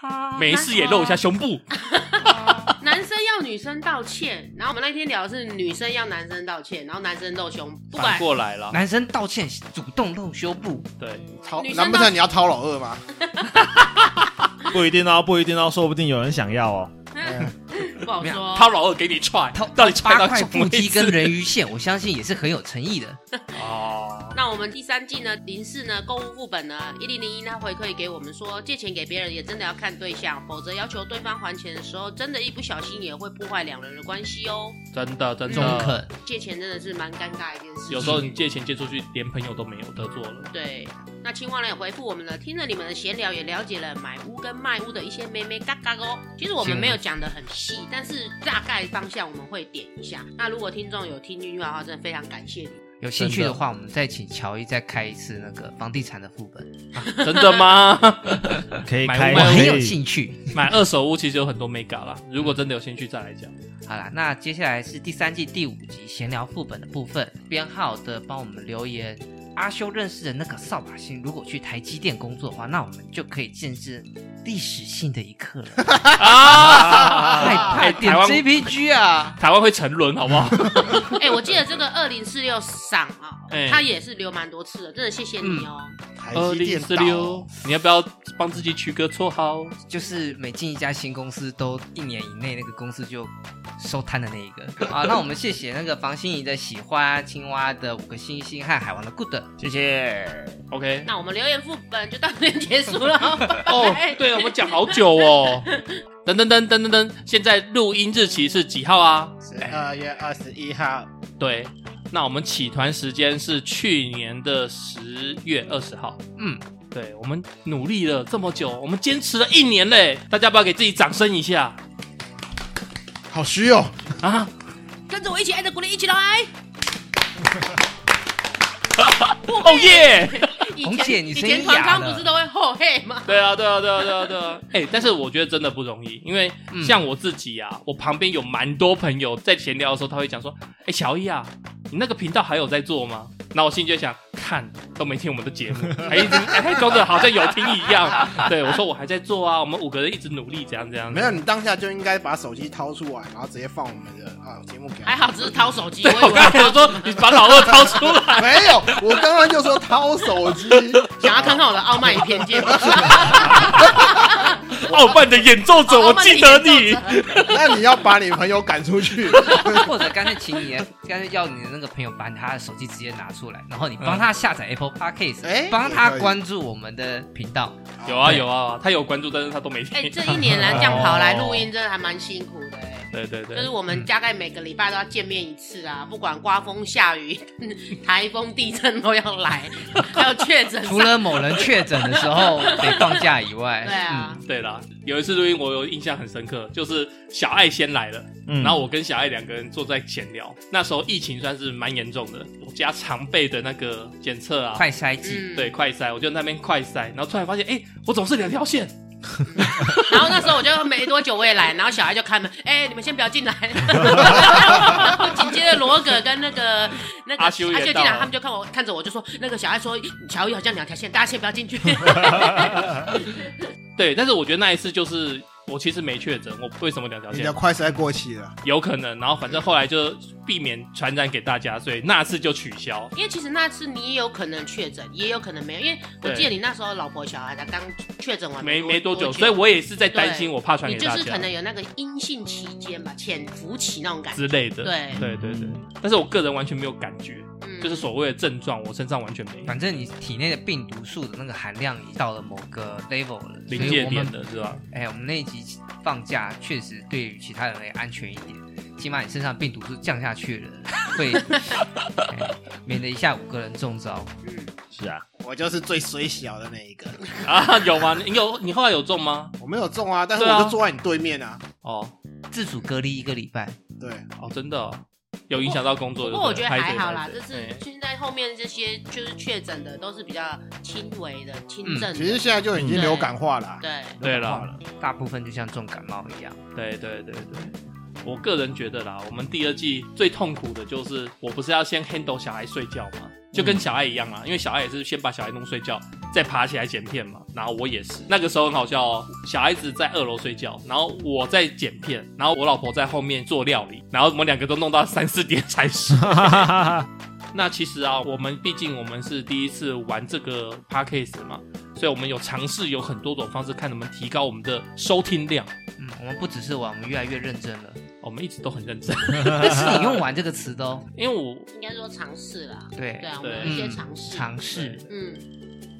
[SPEAKER 3] 哈。
[SPEAKER 1] 没事也露一下胸部。
[SPEAKER 4] 男生要女生道歉，然后我们那天聊的是女生要男生道歉，然后男生露胸，不
[SPEAKER 1] 反
[SPEAKER 4] 管
[SPEAKER 1] 过来了，
[SPEAKER 3] 男生道歉，主动露胸 部，
[SPEAKER 1] 对，
[SPEAKER 2] 掏
[SPEAKER 4] 女，生
[SPEAKER 2] 难不
[SPEAKER 4] 到
[SPEAKER 2] 成你要掏老二吗？
[SPEAKER 5] 不一定哦，不一定哦，说不定有人想要哦。
[SPEAKER 4] 不好说。
[SPEAKER 1] 他老二给你踹，到底踹
[SPEAKER 3] 八
[SPEAKER 1] 到
[SPEAKER 3] 块
[SPEAKER 1] 什
[SPEAKER 3] 腹
[SPEAKER 1] 么位
[SPEAKER 3] 肌
[SPEAKER 1] 置
[SPEAKER 3] 跟？人鱼线，我相信也是很有诚意的。
[SPEAKER 1] 哦，
[SPEAKER 4] 那我们第三季呢，林氏呢购物副本呢，一零零一他回馈给我们说，借钱给别人也真的要看对象，否则要求对方还钱的时候，真的一不小心也会破坏两人的关系哦。
[SPEAKER 1] 真的真
[SPEAKER 3] 中
[SPEAKER 1] 的，
[SPEAKER 3] 肯，
[SPEAKER 4] 借钱真的是蛮尴尬的一件事情。
[SPEAKER 1] 有时候你借钱借出去，连朋友都没有得做了。
[SPEAKER 4] 对，那青蛙呢也回复我们了，听了你们的闲聊，也了解了买屋跟卖屋的一些妹妹嘎嘎哦。其实我们没有讲的很细，但是大概方向我们会点一下。那如果听众有听进去的话，真的非常感谢你。
[SPEAKER 3] 有兴趣的话，我们再请乔伊再开一次那个房地产的副本，
[SPEAKER 1] 真的 吗？
[SPEAKER 5] 可以
[SPEAKER 1] 买
[SPEAKER 5] 开，
[SPEAKER 1] 哎
[SPEAKER 3] 我
[SPEAKER 1] 买
[SPEAKER 5] 可
[SPEAKER 3] 很有
[SPEAKER 5] 以
[SPEAKER 3] 兴趣。
[SPEAKER 1] 买二手屋其实有很多 mega 啦，如果真的有兴趣再来 讲。
[SPEAKER 3] 好啦，那接下来是第三季第五集闲聊副本的部分，编号的帮我们留言。阿修认识的那个扫把星，如果去台积电工作的话，那我们就可以见证历史性的一刻了。
[SPEAKER 1] 啊
[SPEAKER 3] 害怕
[SPEAKER 1] 哎
[SPEAKER 3] 点
[SPEAKER 1] 台湾
[SPEAKER 3] JPG 啊！
[SPEAKER 1] 台湾会沉沦，好不好？
[SPEAKER 4] 哎、我记得这个二零四六赏啊
[SPEAKER 1] 哎，
[SPEAKER 4] 他也是留蛮多次的，真的谢谢你哦。
[SPEAKER 2] 台
[SPEAKER 1] 二
[SPEAKER 2] 积
[SPEAKER 1] 零
[SPEAKER 2] 电
[SPEAKER 1] 四
[SPEAKER 2] 倒
[SPEAKER 1] 六，你要不要帮自己取个绰号？
[SPEAKER 3] 就是每进一家新公司，都一年以内那个公司就收摊的那一个啊。那我们谢谢那个房心怡的喜欢、青蛙的五个星星和海王的 good。
[SPEAKER 5] 谢谢。
[SPEAKER 1] OK，
[SPEAKER 4] 那我们留言副本就到这边结束了哦。
[SPEAKER 1] 哦
[SPEAKER 4] 哎，
[SPEAKER 1] 对了，我们讲好久哦。等等等等等等，现在录音日期是几号啊？
[SPEAKER 2] 十二月二十一号，
[SPEAKER 1] 对，那我们起团时间是去年的十月二十号。
[SPEAKER 3] 嗯，
[SPEAKER 1] 对，我们努力了这么久，我们坚持了一年嘞，大家要不要给自己掌声一下
[SPEAKER 2] 好虚哦。
[SPEAKER 1] 啊？
[SPEAKER 4] 跟着我一起爱的鼓励，一起来。
[SPEAKER 1] 哦耶！
[SPEAKER 4] 以
[SPEAKER 3] 红
[SPEAKER 4] 前
[SPEAKER 3] 姐你
[SPEAKER 4] 以
[SPEAKER 3] 声音
[SPEAKER 4] 前团
[SPEAKER 3] 哑
[SPEAKER 4] 康
[SPEAKER 3] 了
[SPEAKER 4] 不是都会吼嘿吗？
[SPEAKER 1] 对啊，对啊，对啊，对啊，对啊！ 哎、但是我觉得真的不容易，因为
[SPEAKER 3] 嗯
[SPEAKER 1] 像我自己啊，我旁边有蛮多朋友在闲聊的时候，他会讲说：“哎、小易啊，你那个频道还有在做吗？”那我心里就想，看都没听我们的节目， 还一直哎还装着好像有听一样。对我说我还在做啊，我们五个人一直努力，怎样怎样。
[SPEAKER 2] 没有，你当下就应该把手机掏出来，然后直接放我们的啊节目给他。
[SPEAKER 1] 哎
[SPEAKER 4] 还好只是掏手机，
[SPEAKER 1] 对，
[SPEAKER 4] 我
[SPEAKER 1] 我
[SPEAKER 4] 以为
[SPEAKER 1] 刚才想说你把老二掏出来，
[SPEAKER 2] 没有，我刚刚就说掏 手机，
[SPEAKER 4] 想要看看我的傲慢与偏见。
[SPEAKER 1] 傲慢的演 奏者，
[SPEAKER 4] 哦
[SPEAKER 1] 我记得你。
[SPEAKER 2] 那你要把你朋友赶 出去。
[SPEAKER 3] 或者干脆请你的，干脆要你的那个朋友把他的手机直接拿出来，然后你
[SPEAKER 1] 嗯
[SPEAKER 3] 帮他下载 Apple Podcast，、
[SPEAKER 2] 哎
[SPEAKER 3] 帮他关注我们的频道。
[SPEAKER 1] 有啊有啊，他有关注，但是他都没听。
[SPEAKER 4] 哎、这一年来这样跑来录音，真的还蛮辛苦的、哎
[SPEAKER 1] 对对
[SPEAKER 4] 就是
[SPEAKER 1] 对，
[SPEAKER 4] 我们大概每个礼拜都要见面一次啊，不管刮风下雨、 台风、地震都要来， 还有确诊上。
[SPEAKER 3] 除了某人确诊的时候得放假以外，
[SPEAKER 4] 对啊，
[SPEAKER 1] 对啦，有一次录音我有印象很深刻，就是小爱先来了。
[SPEAKER 5] 嗯
[SPEAKER 1] 然后我跟小爱两个人坐在闲聊，那时候疫情算是蛮严重的，我家常备的那个检测啊，
[SPEAKER 3] 快筛剂，
[SPEAKER 4] 嗯，
[SPEAKER 1] 对快筛，我就那边快筛，然后突然发现，哎、我总是两条线，
[SPEAKER 4] 然后那时候我就没多久我也来，然后小孩就开门，哎、你们先不要 进来。紧接着罗格跟那个那个
[SPEAKER 1] 阿修也
[SPEAKER 4] 进
[SPEAKER 1] 到
[SPEAKER 4] 来，
[SPEAKER 1] 了
[SPEAKER 4] 他们就看我看着我就说，那个小孩说乔伊好像两条线，大家先不要进去。
[SPEAKER 1] 对，但是我觉得那一次就是我其实没确诊，我为什么两条
[SPEAKER 2] 你的
[SPEAKER 1] 线？
[SPEAKER 2] 快筛过期了，
[SPEAKER 1] 有可能，然后反正后来就避免传染给大家，所以那次就取消。
[SPEAKER 4] 因为其实那次你也有可能确诊，也有可能没有，因为我
[SPEAKER 1] 对
[SPEAKER 4] 记得你那时候老婆小孩才刚确诊完
[SPEAKER 1] 没
[SPEAKER 4] 多
[SPEAKER 1] 没多久，
[SPEAKER 4] 久，
[SPEAKER 1] 所以我也是在担心，
[SPEAKER 4] 对
[SPEAKER 1] 我怕传
[SPEAKER 4] 你
[SPEAKER 1] 给
[SPEAKER 4] 就
[SPEAKER 1] 大
[SPEAKER 4] 是可
[SPEAKER 1] 家
[SPEAKER 4] 能有那个阴性期间吧，潜伏期那种感觉。
[SPEAKER 1] 之类的。
[SPEAKER 4] 对，
[SPEAKER 1] 对对对，但是我个人完全没有感觉，
[SPEAKER 4] 嗯，嗯
[SPEAKER 1] 就是所谓的症状，我身上完全没有
[SPEAKER 3] 反正你体内的病毒素的那个含量已到了某个 level 了，所
[SPEAKER 1] 临
[SPEAKER 3] 以
[SPEAKER 1] 界
[SPEAKER 3] 我
[SPEAKER 1] 点
[SPEAKER 3] 们
[SPEAKER 1] 的是吧？
[SPEAKER 3] 哎、我们那一集放假确实对于其他人也安全一点，起码你身上病毒是降下去了， 会、哎免得一下五个人中招。
[SPEAKER 4] 嗯，
[SPEAKER 5] 是啊，
[SPEAKER 2] 我就是最水小的那一个，
[SPEAKER 1] 啊，有吗？你有你后来有中吗？
[SPEAKER 2] 我没有中啊，但是
[SPEAKER 1] 对啊
[SPEAKER 2] 我就坐在你对面啊。
[SPEAKER 1] 哦
[SPEAKER 3] 自主隔离一个礼拜，
[SPEAKER 2] 对，
[SPEAKER 1] 哦，真的哦有影响到工作就
[SPEAKER 4] 不
[SPEAKER 1] 对了。
[SPEAKER 4] 过我觉得还好啦，
[SPEAKER 1] 拍
[SPEAKER 4] 就
[SPEAKER 1] 谁拍谁
[SPEAKER 4] 是
[SPEAKER 1] 哎
[SPEAKER 4] 现在后面这些就是确诊的都是比较轻微的、轻症
[SPEAKER 2] 嗯其实
[SPEAKER 4] 的，
[SPEAKER 2] 现在就已经流
[SPEAKER 1] 嗯
[SPEAKER 2] 感化了啊、
[SPEAKER 4] 对，
[SPEAKER 1] 对
[SPEAKER 2] 流感化
[SPEAKER 1] 了，
[SPEAKER 2] 了，
[SPEAKER 3] 大部分就像重感冒一样。
[SPEAKER 1] 对对对对。我个人觉得啦，我们第二季最痛苦的就是，我不是要先 handle 小孩睡觉吗？就跟小爱一样啊，因为小爱也是先把小孩弄睡觉，再爬起来剪片嘛。然后我也是，那个时候很好笑哦，小孩子在二楼睡觉，然后我在剪片，然后我老婆在后面做料理，然后我们两个都弄到三四点才睡。那其实啊，我们毕竟我们是第一次玩这个 podcast 嘛，所以我们有尝试有很多种方式，看能不能提高我们的收听量。
[SPEAKER 3] 嗯，我们不只是玩，我们越来越认真了。
[SPEAKER 1] 我们一直都很认真，
[SPEAKER 3] 但是你用“玩”这个词的哦，
[SPEAKER 1] 因为我
[SPEAKER 4] 应该说尝试啦，
[SPEAKER 3] 对
[SPEAKER 4] 对啊，我
[SPEAKER 1] 对
[SPEAKER 4] 们有
[SPEAKER 2] 嗯
[SPEAKER 4] 一些尝试，
[SPEAKER 3] 尝试，
[SPEAKER 4] 嗯，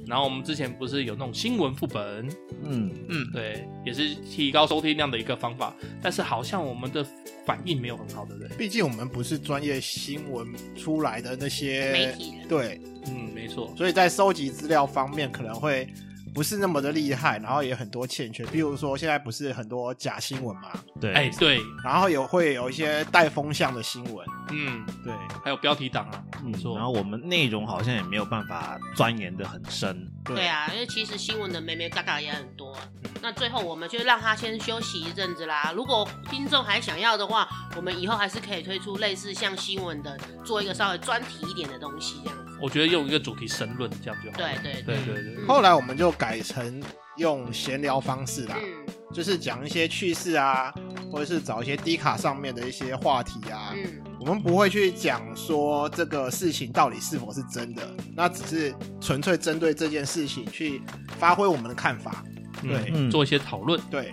[SPEAKER 1] 然后我们之前不是有那种新闻副本，
[SPEAKER 5] 嗯，
[SPEAKER 3] 嗯，
[SPEAKER 1] 对，也是提高收听量的一个方法，但是好像我们的反应没有很好，对不对？
[SPEAKER 2] 毕竟我们不是专业新闻出来的那些
[SPEAKER 4] 媒体人
[SPEAKER 2] 对，
[SPEAKER 1] 嗯，没错，
[SPEAKER 2] 所以在收集资料方面可能会不是那么的厉害，然后也很多欠缺。比如说现在不是很多假新闻嘛，
[SPEAKER 5] 对，
[SPEAKER 1] 哎，对，
[SPEAKER 2] 然后有会有一些带风向的新闻，
[SPEAKER 1] 嗯，
[SPEAKER 2] 对，
[SPEAKER 1] 还有标题党啊，
[SPEAKER 5] 嗯
[SPEAKER 1] 没错
[SPEAKER 5] 然后我们内容好像也没有办法钻研的很深，
[SPEAKER 4] 对，啊，因为其实新闻的妹妹嘎嘎也很多，那最后我们就让她先休息一阵子啦。如果听众还想要的话，我们以后还是可以推出类似像新闻的，做一个稍微专题一点的东西这样子。
[SPEAKER 1] 我觉得用一个主题申论这样就好
[SPEAKER 4] 对
[SPEAKER 1] 了。
[SPEAKER 4] 对
[SPEAKER 1] 对对对，
[SPEAKER 4] 嗯
[SPEAKER 2] 后来我们就改成用闲聊方式啦，
[SPEAKER 4] 嗯
[SPEAKER 2] 就是讲一些趣事啊，或者是找一些低卡上面的一些话题啊。
[SPEAKER 4] 嗯，
[SPEAKER 2] 我们不会去讲说这个事情到底是否是真的，那只是纯粹针对这件事情去发挥我们的看法。对
[SPEAKER 1] 嗯
[SPEAKER 5] 嗯
[SPEAKER 1] 做一些讨论，
[SPEAKER 2] 对，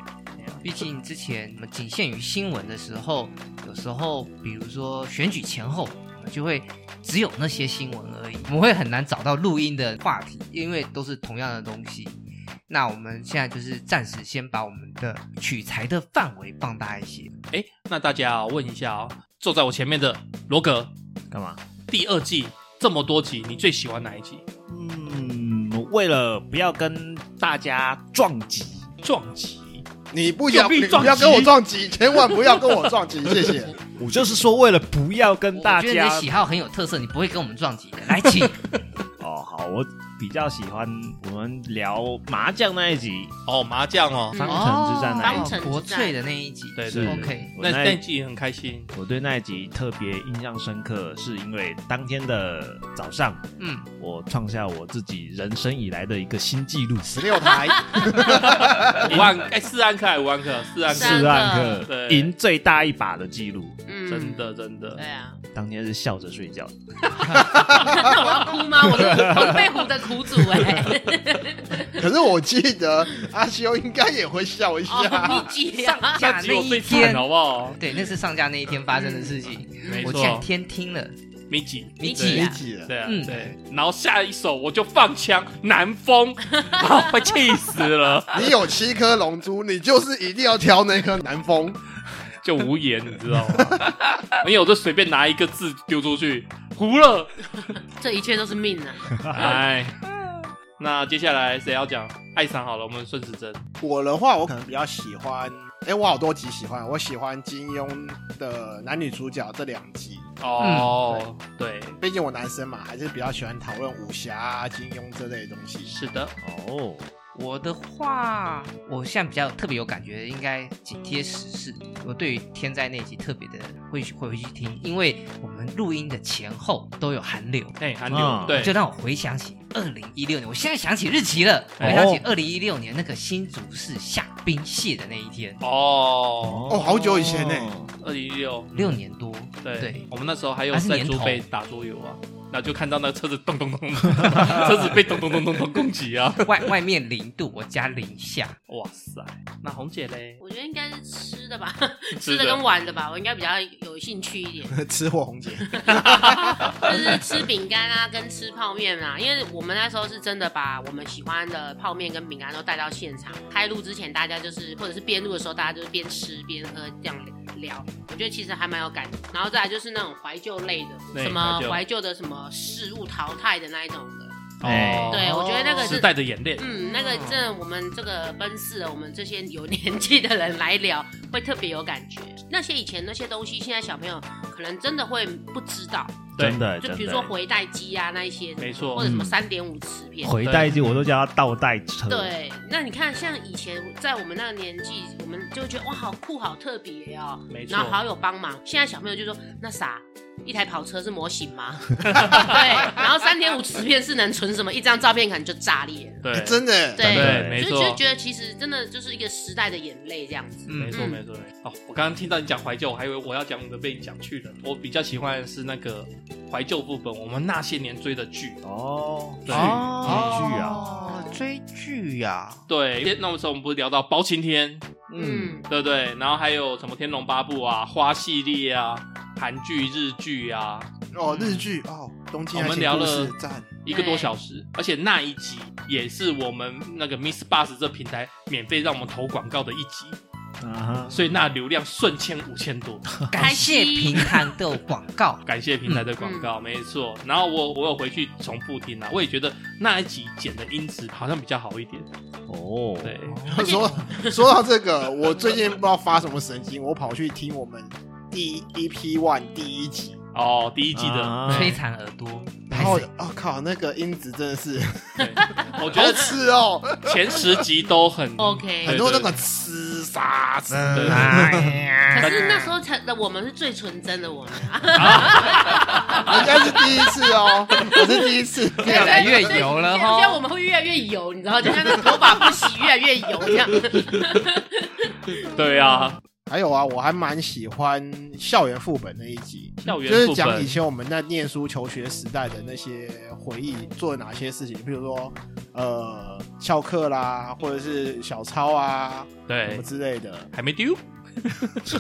[SPEAKER 3] 毕竟之前我们仅限于新闻的时候，有时候比如说选举前后，我们就会只有那些新闻而已，我们会很难找到录音的话题，因为都是同样的东西。那我们现在就是暂时先把我们的取材的范围放大一些。
[SPEAKER 1] 哎，那大家啊问一下哦，坐在我前面的罗格，
[SPEAKER 5] 干嘛？
[SPEAKER 1] 第二季这么多集，你最喜欢哪一集？
[SPEAKER 5] 嗯，为了不要跟大家撞击，
[SPEAKER 1] 撞击，
[SPEAKER 2] 你不要
[SPEAKER 1] 有
[SPEAKER 2] 你
[SPEAKER 1] 病撞
[SPEAKER 2] 不要
[SPEAKER 1] 击
[SPEAKER 2] 跟我撞击，千万不要跟我撞击，谢谢。
[SPEAKER 5] 我就是说为了不要跟
[SPEAKER 3] 我
[SPEAKER 5] 大
[SPEAKER 3] 觉得你
[SPEAKER 5] 家
[SPEAKER 3] 的喜好很有特色，你不会跟我们撞击的。来，请
[SPEAKER 5] 哦，好，我比较喜欢我们聊麻将那一集，
[SPEAKER 1] 哦，麻将哦，
[SPEAKER 5] 方城之战那一
[SPEAKER 4] 哦方
[SPEAKER 5] 集，
[SPEAKER 4] 城之
[SPEAKER 3] 国
[SPEAKER 4] 战
[SPEAKER 3] 粹的那一集，
[SPEAKER 1] 对对，对
[SPEAKER 5] 是
[SPEAKER 3] 嗯哦 OK
[SPEAKER 5] 我
[SPEAKER 1] 那
[SPEAKER 5] 那
[SPEAKER 1] 那
[SPEAKER 5] 一
[SPEAKER 1] 集很开 心，
[SPEAKER 5] 我对那一集特别印象深刻，是因为当天的早上，
[SPEAKER 3] 嗯，
[SPEAKER 5] 我创下我自己人生以来的一个新纪录，
[SPEAKER 2] 十六台，
[SPEAKER 1] 五万哎四万克还是五万克？四万克
[SPEAKER 4] 三，
[SPEAKER 5] 四
[SPEAKER 4] 个
[SPEAKER 5] 万
[SPEAKER 1] 对
[SPEAKER 5] 克赢最大一把的记录。
[SPEAKER 4] 嗯
[SPEAKER 1] 真，的真的
[SPEAKER 4] 对，
[SPEAKER 3] 哎
[SPEAKER 4] 啊，
[SPEAKER 5] 当天是笑着睡觉，
[SPEAKER 4] 我要哭吗？我是红背虎的苦主哎、
[SPEAKER 2] 可是我记得阿修应该也会笑一
[SPEAKER 4] 哦，
[SPEAKER 2] 下。
[SPEAKER 4] 你姐啊，
[SPEAKER 3] 下
[SPEAKER 1] 那集
[SPEAKER 3] 那
[SPEAKER 1] 我
[SPEAKER 3] 一
[SPEAKER 1] 最惨
[SPEAKER 3] 天，
[SPEAKER 1] 好不好？
[SPEAKER 3] 对，那是上架那一天发生的事情。
[SPEAKER 1] 没
[SPEAKER 3] 我前
[SPEAKER 1] 错，
[SPEAKER 3] 天听了，
[SPEAKER 1] 米几对
[SPEAKER 3] 米几啊
[SPEAKER 2] 挤了，
[SPEAKER 1] 对啊，
[SPEAKER 3] 嗯
[SPEAKER 1] 对，然后下一首我就放枪，南风， 把我气死了，
[SPEAKER 2] 你有七颗龙珠，你就是一定要挑那颗南风。
[SPEAKER 1] 就无言，你知道吗？ 因为我就随便拿一个字丢出去，糊了，
[SPEAKER 4] 这一切都是命啊！
[SPEAKER 1] 哎，那接下来谁要讲爱上好了？我们顺时针，
[SPEAKER 2] 我的话，我可能比较喜欢，哎、我好多集喜欢，我喜欢金庸的男女主角这两集。
[SPEAKER 3] 嗯
[SPEAKER 1] 哦，对，
[SPEAKER 2] 毕竟我男生嘛，还是比较喜欢讨论武侠、啊、金庸这类东西。
[SPEAKER 1] 是的，
[SPEAKER 5] 哦，
[SPEAKER 3] 我的话，我现在比较特别有感觉，应该紧贴时事。我对于天灾那集特别的会会回去听，因为我们录音的前后都有寒流，
[SPEAKER 1] 哎，韩流
[SPEAKER 5] 啊，
[SPEAKER 1] 对
[SPEAKER 3] 就，嗯让我回想起二零一六年。我现在想起日期了，
[SPEAKER 1] 哎
[SPEAKER 3] 回想起二零一六年那个新竹市下冰蟹的那一天，
[SPEAKER 1] 哦，
[SPEAKER 2] 哦好久以前呢
[SPEAKER 1] 二零一六，
[SPEAKER 3] 六年多。
[SPEAKER 1] 对
[SPEAKER 3] 对，
[SPEAKER 1] 我们那时候还有
[SPEAKER 3] 还是
[SPEAKER 1] 珍
[SPEAKER 3] 年
[SPEAKER 1] 珠
[SPEAKER 3] 头
[SPEAKER 1] 杯打桌游啊，然后就看到那个车子咚咚 咚，车子被咚咚咚咚咚攻击啊！
[SPEAKER 3] 外 外面零度，我家零下，
[SPEAKER 1] 哇塞，那红姐嘞？
[SPEAKER 4] 我觉得应该是吃的吧，
[SPEAKER 1] 吃
[SPEAKER 4] 吃
[SPEAKER 1] 的
[SPEAKER 4] 的跟玩的吧，我应该比较有兴趣一点，
[SPEAKER 2] 吃货红姐，
[SPEAKER 4] 就是吃饼干啊，跟吃泡面啊。因为我们那时候是真的把我们喜欢的泡面跟饼干都带到现场，开路之前大家就是，或者是边路的时候，大家就是边吃边喝这样聊，我觉得其实还蛮有感。然后再来就是那种怀旧类的，
[SPEAKER 1] 对
[SPEAKER 4] 什么
[SPEAKER 1] 怀旧
[SPEAKER 4] 怀旧的什么事物淘汰的那一种的，
[SPEAKER 5] 哎
[SPEAKER 4] 对我觉得那个
[SPEAKER 1] 时
[SPEAKER 4] 是
[SPEAKER 1] 代的演练，
[SPEAKER 4] 嗯，那个真的，我们这个奔四的，我们这些有年纪的人来聊，会特别有感觉。那些以前那些东西，现在小朋友可能真的会不知道，
[SPEAKER 1] 对
[SPEAKER 5] 真的，
[SPEAKER 4] 就
[SPEAKER 5] 真
[SPEAKER 4] 比如
[SPEAKER 5] 的
[SPEAKER 4] 说回带机啊那一些，
[SPEAKER 1] 没错
[SPEAKER 4] 或者什么
[SPEAKER 5] 嗯
[SPEAKER 4] 三点五磁片。
[SPEAKER 5] 回带机，我都叫它倒带车。，
[SPEAKER 4] 对，那你看，像以前在我们那个年纪，我们就会觉得哇，好酷，好特别哦，
[SPEAKER 1] 没错
[SPEAKER 4] 然后好有帮忙。现在小朋友就说，那啥，一台跑车是模型吗？对，然后三点五磁片是能存什么？一张照片可能就炸裂了。
[SPEAKER 3] 哎
[SPEAKER 1] 对，
[SPEAKER 2] 真的
[SPEAKER 4] 对
[SPEAKER 1] 对，没
[SPEAKER 4] 就
[SPEAKER 1] 错，
[SPEAKER 4] 就觉得其实真的就是一个时代的眼泪这样子。
[SPEAKER 1] 没错，
[SPEAKER 4] 嗯
[SPEAKER 1] 没错。没错哦，我刚刚听到你讲怀旧，我还以为我要讲我的被你讲去了。我比较喜欢的是那个怀旧部分，我们那些年追的剧。
[SPEAKER 5] 哦，
[SPEAKER 1] 对
[SPEAKER 5] 哦剧啊，
[SPEAKER 3] 哦，追剧呀，
[SPEAKER 1] 对，因为那时候我们不是聊到包青天，
[SPEAKER 4] 嗯，
[SPEAKER 1] 对不对？然后还有什么《天龙八部》啊、花系列啊、韩剧、日剧啊，
[SPEAKER 2] 哦，日剧哦，东京
[SPEAKER 1] 我
[SPEAKER 2] 爱
[SPEAKER 1] 们
[SPEAKER 2] 情
[SPEAKER 1] 聊
[SPEAKER 2] 故
[SPEAKER 1] 了
[SPEAKER 2] 事赞，
[SPEAKER 1] 一个多小时，而且那一集也是我们那个 Miss Bus 这平台免费让我们投广告的一集，
[SPEAKER 5] 啊哈，
[SPEAKER 1] 所以那流量瞬间五千多。 ，
[SPEAKER 3] 感谢
[SPEAKER 4] 开心
[SPEAKER 3] 平潭的广 告
[SPEAKER 1] 感谢平台的广告，没错。然后我我有回去重复听啦，我也觉得那一集剪的音质好像比较好一点。
[SPEAKER 5] 哦，
[SPEAKER 1] 对，
[SPEAKER 2] 说说到这个，我最近不知道发什么神经，我跑去听我们第一 EP One 第一集，
[SPEAKER 1] 哦，第一季的，
[SPEAKER 5] 啊
[SPEAKER 3] 摧残耳朵，
[SPEAKER 2] 然后
[SPEAKER 1] 哎
[SPEAKER 3] 拍谁
[SPEAKER 2] 哦靠，那个音质真的是
[SPEAKER 1] 对我觉
[SPEAKER 2] 好
[SPEAKER 1] 得
[SPEAKER 2] 吃哦，
[SPEAKER 1] 前十集都很
[SPEAKER 4] OK
[SPEAKER 2] 很多那
[SPEAKER 1] 对对嗯
[SPEAKER 2] 个吃沙吃，
[SPEAKER 1] 对
[SPEAKER 3] 哎
[SPEAKER 4] 可是那时候才，我们是最纯真的我们，
[SPEAKER 2] 人家是第一次哦，我是第一次，
[SPEAKER 3] 越来越油了
[SPEAKER 4] 现在我
[SPEAKER 3] 哈。
[SPEAKER 4] 们会越来越油，你知道，就像那头发不洗越来越油这样。
[SPEAKER 1] 对啊，
[SPEAKER 2] 还有啊，我还蛮喜欢校园副本那一集，
[SPEAKER 1] 校园
[SPEAKER 2] 就是
[SPEAKER 1] 副
[SPEAKER 2] 讲
[SPEAKER 1] 本
[SPEAKER 2] 以前我们在念书求学时代的那些回忆，做了哪些事情，比如说呃翘课啦，或者是小抄啊什
[SPEAKER 1] 对
[SPEAKER 2] 么，之类的。
[SPEAKER 1] 还没丢，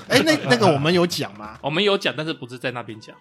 [SPEAKER 2] 哎、那那个我们有讲吗？
[SPEAKER 1] 我们有讲，但是不是在那边讲，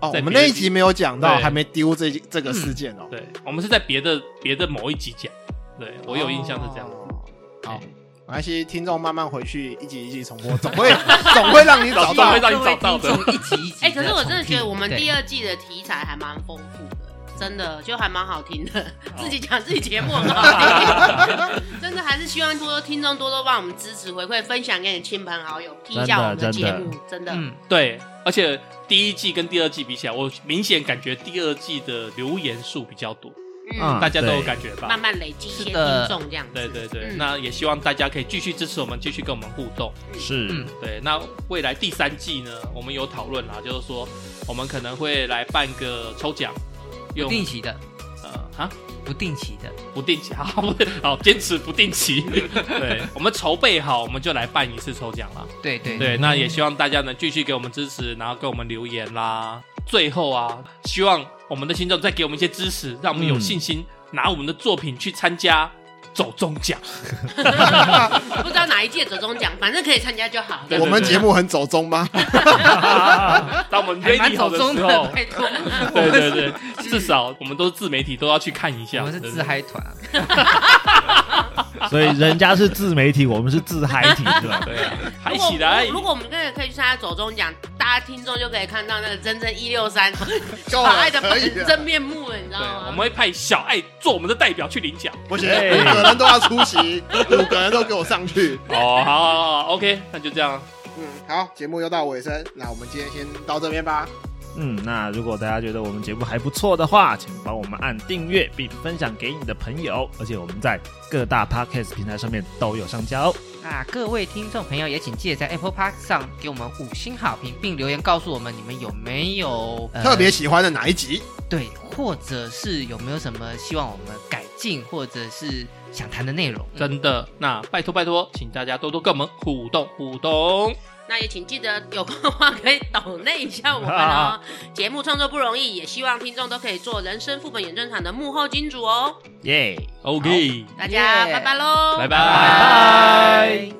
[SPEAKER 2] 哦，
[SPEAKER 1] 在
[SPEAKER 2] 我们
[SPEAKER 1] 别
[SPEAKER 2] 那
[SPEAKER 1] 的
[SPEAKER 2] 一集没有讲到，
[SPEAKER 1] 对
[SPEAKER 2] 还没丢这这个事件哦。
[SPEAKER 1] 对我们是在别的别的某一集讲，对我有印象是这样子。
[SPEAKER 2] 哦好
[SPEAKER 1] 对，
[SPEAKER 2] 没关系，听众慢慢回去一集一集重播，总会总会让你找
[SPEAKER 1] 总
[SPEAKER 2] 到
[SPEAKER 1] 会。让你找到
[SPEAKER 3] 各位
[SPEAKER 1] 的。
[SPEAKER 3] 听众一集一集。
[SPEAKER 4] 哎、可是我真的觉得我们第
[SPEAKER 3] 二，
[SPEAKER 4] 二季的题材还蛮丰富的，真的就还蛮好听的，自己讲自己节目很好听，真的还是希望多多听众多多帮我们支持回馈，分享给你亲朋好友，听一下我们的
[SPEAKER 5] 真的
[SPEAKER 4] 节目，真的，
[SPEAKER 3] 嗯，
[SPEAKER 1] 对，而且第一季跟第二季比起来，我明显感觉第二季的留言数比较多，
[SPEAKER 5] 啊
[SPEAKER 4] 嗯，
[SPEAKER 1] 大家都有
[SPEAKER 5] 对
[SPEAKER 1] 感觉吧？
[SPEAKER 4] 慢慢累积一些
[SPEAKER 3] 是
[SPEAKER 4] 听
[SPEAKER 3] 的
[SPEAKER 4] 众这样子，
[SPEAKER 1] 对对对，
[SPEAKER 4] 嗯
[SPEAKER 1] 那也希望大家可以继续支持我们，继续跟我们互动。
[SPEAKER 5] 是
[SPEAKER 3] 嗯
[SPEAKER 1] 对，那未来第三季呢，我们有讨论啦，就是说我们可能会来办个抽奖，
[SPEAKER 3] 不
[SPEAKER 1] 用
[SPEAKER 3] 定期的，
[SPEAKER 1] 呃啊
[SPEAKER 3] 不定期的，
[SPEAKER 1] 不定期，好不好坚持不定期。 对，我们筹备好，我们就来办一次抽奖啦。
[SPEAKER 3] 对对
[SPEAKER 1] 对，那也希望大家能继续给我们支持，然后给我们留言啦。最后啊，希望我们的听众再给我们一些支持，让我们有
[SPEAKER 5] 嗯
[SPEAKER 1] 信心拿我们的作品去参加走中奖。
[SPEAKER 4] 不知道哪一届折中奖，反正可以参加就好。
[SPEAKER 1] 对
[SPEAKER 2] 我们节目很走中吗？
[SPEAKER 1] 当我们
[SPEAKER 3] 还蛮
[SPEAKER 1] ready 好
[SPEAKER 3] 走
[SPEAKER 1] 的
[SPEAKER 3] 中
[SPEAKER 1] 时
[SPEAKER 3] 的，
[SPEAKER 1] 候，
[SPEAKER 3] 拜托，
[SPEAKER 1] 对对对，至少我们都是自媒体，都要去看一下。
[SPEAKER 3] 我们是
[SPEAKER 1] 对
[SPEAKER 3] 自，嗨团啊，
[SPEAKER 5] 所以人家是自媒体，我们是自嗨体，对吧？
[SPEAKER 1] 对对啊，嗨
[SPEAKER 4] 如果
[SPEAKER 1] 起来
[SPEAKER 4] 如！果我们真的可以去参加走中奖，大家听众就可以看到那个真正一六 三
[SPEAKER 2] 够
[SPEAKER 4] 可
[SPEAKER 2] 了
[SPEAKER 4] 爱，的
[SPEAKER 2] 可以了，
[SPEAKER 4] 真面目了，你知道
[SPEAKER 1] 对，
[SPEAKER 4] 吗？
[SPEAKER 1] 我们会派小爱做我们的代表去领奖。
[SPEAKER 2] 不行，
[SPEAKER 1] 哎
[SPEAKER 5] 对
[SPEAKER 2] 五个人都要出席，五个人都给我上去。
[SPEAKER 1] 哦，好好好好，OK，那就这样。
[SPEAKER 2] 嗯，好，节目又到尾声，那我们今天先到这边吧。
[SPEAKER 5] 嗯，那如果大家觉得我们节目还不错的话，请帮我们按订阅并分享给你的朋友，而且我们在各大 podcast 平台上面都有上架哦。
[SPEAKER 3] 那啊各位听众朋友也请记得在 Apple Park 上给我们五星好评，并留言告诉我们你们有没有、呃
[SPEAKER 2] 特别喜欢的哪一集？
[SPEAKER 3] 对，或者是有没有什么希望我们改境或者是想谈的内容。嗯
[SPEAKER 1] 真的，那拜托拜托，请大家多多跟我们互动互动。
[SPEAKER 4] 那也请记得有空的话可以抖内一下我 们哦。节目创作不容易，也希望听众都可以做人生副本演正场的幕后金主哦。
[SPEAKER 5] 耶、
[SPEAKER 1] OK，
[SPEAKER 4] 大家
[SPEAKER 3] 耶
[SPEAKER 4] 拜拜喽，
[SPEAKER 1] 拜拜。
[SPEAKER 3] 拜。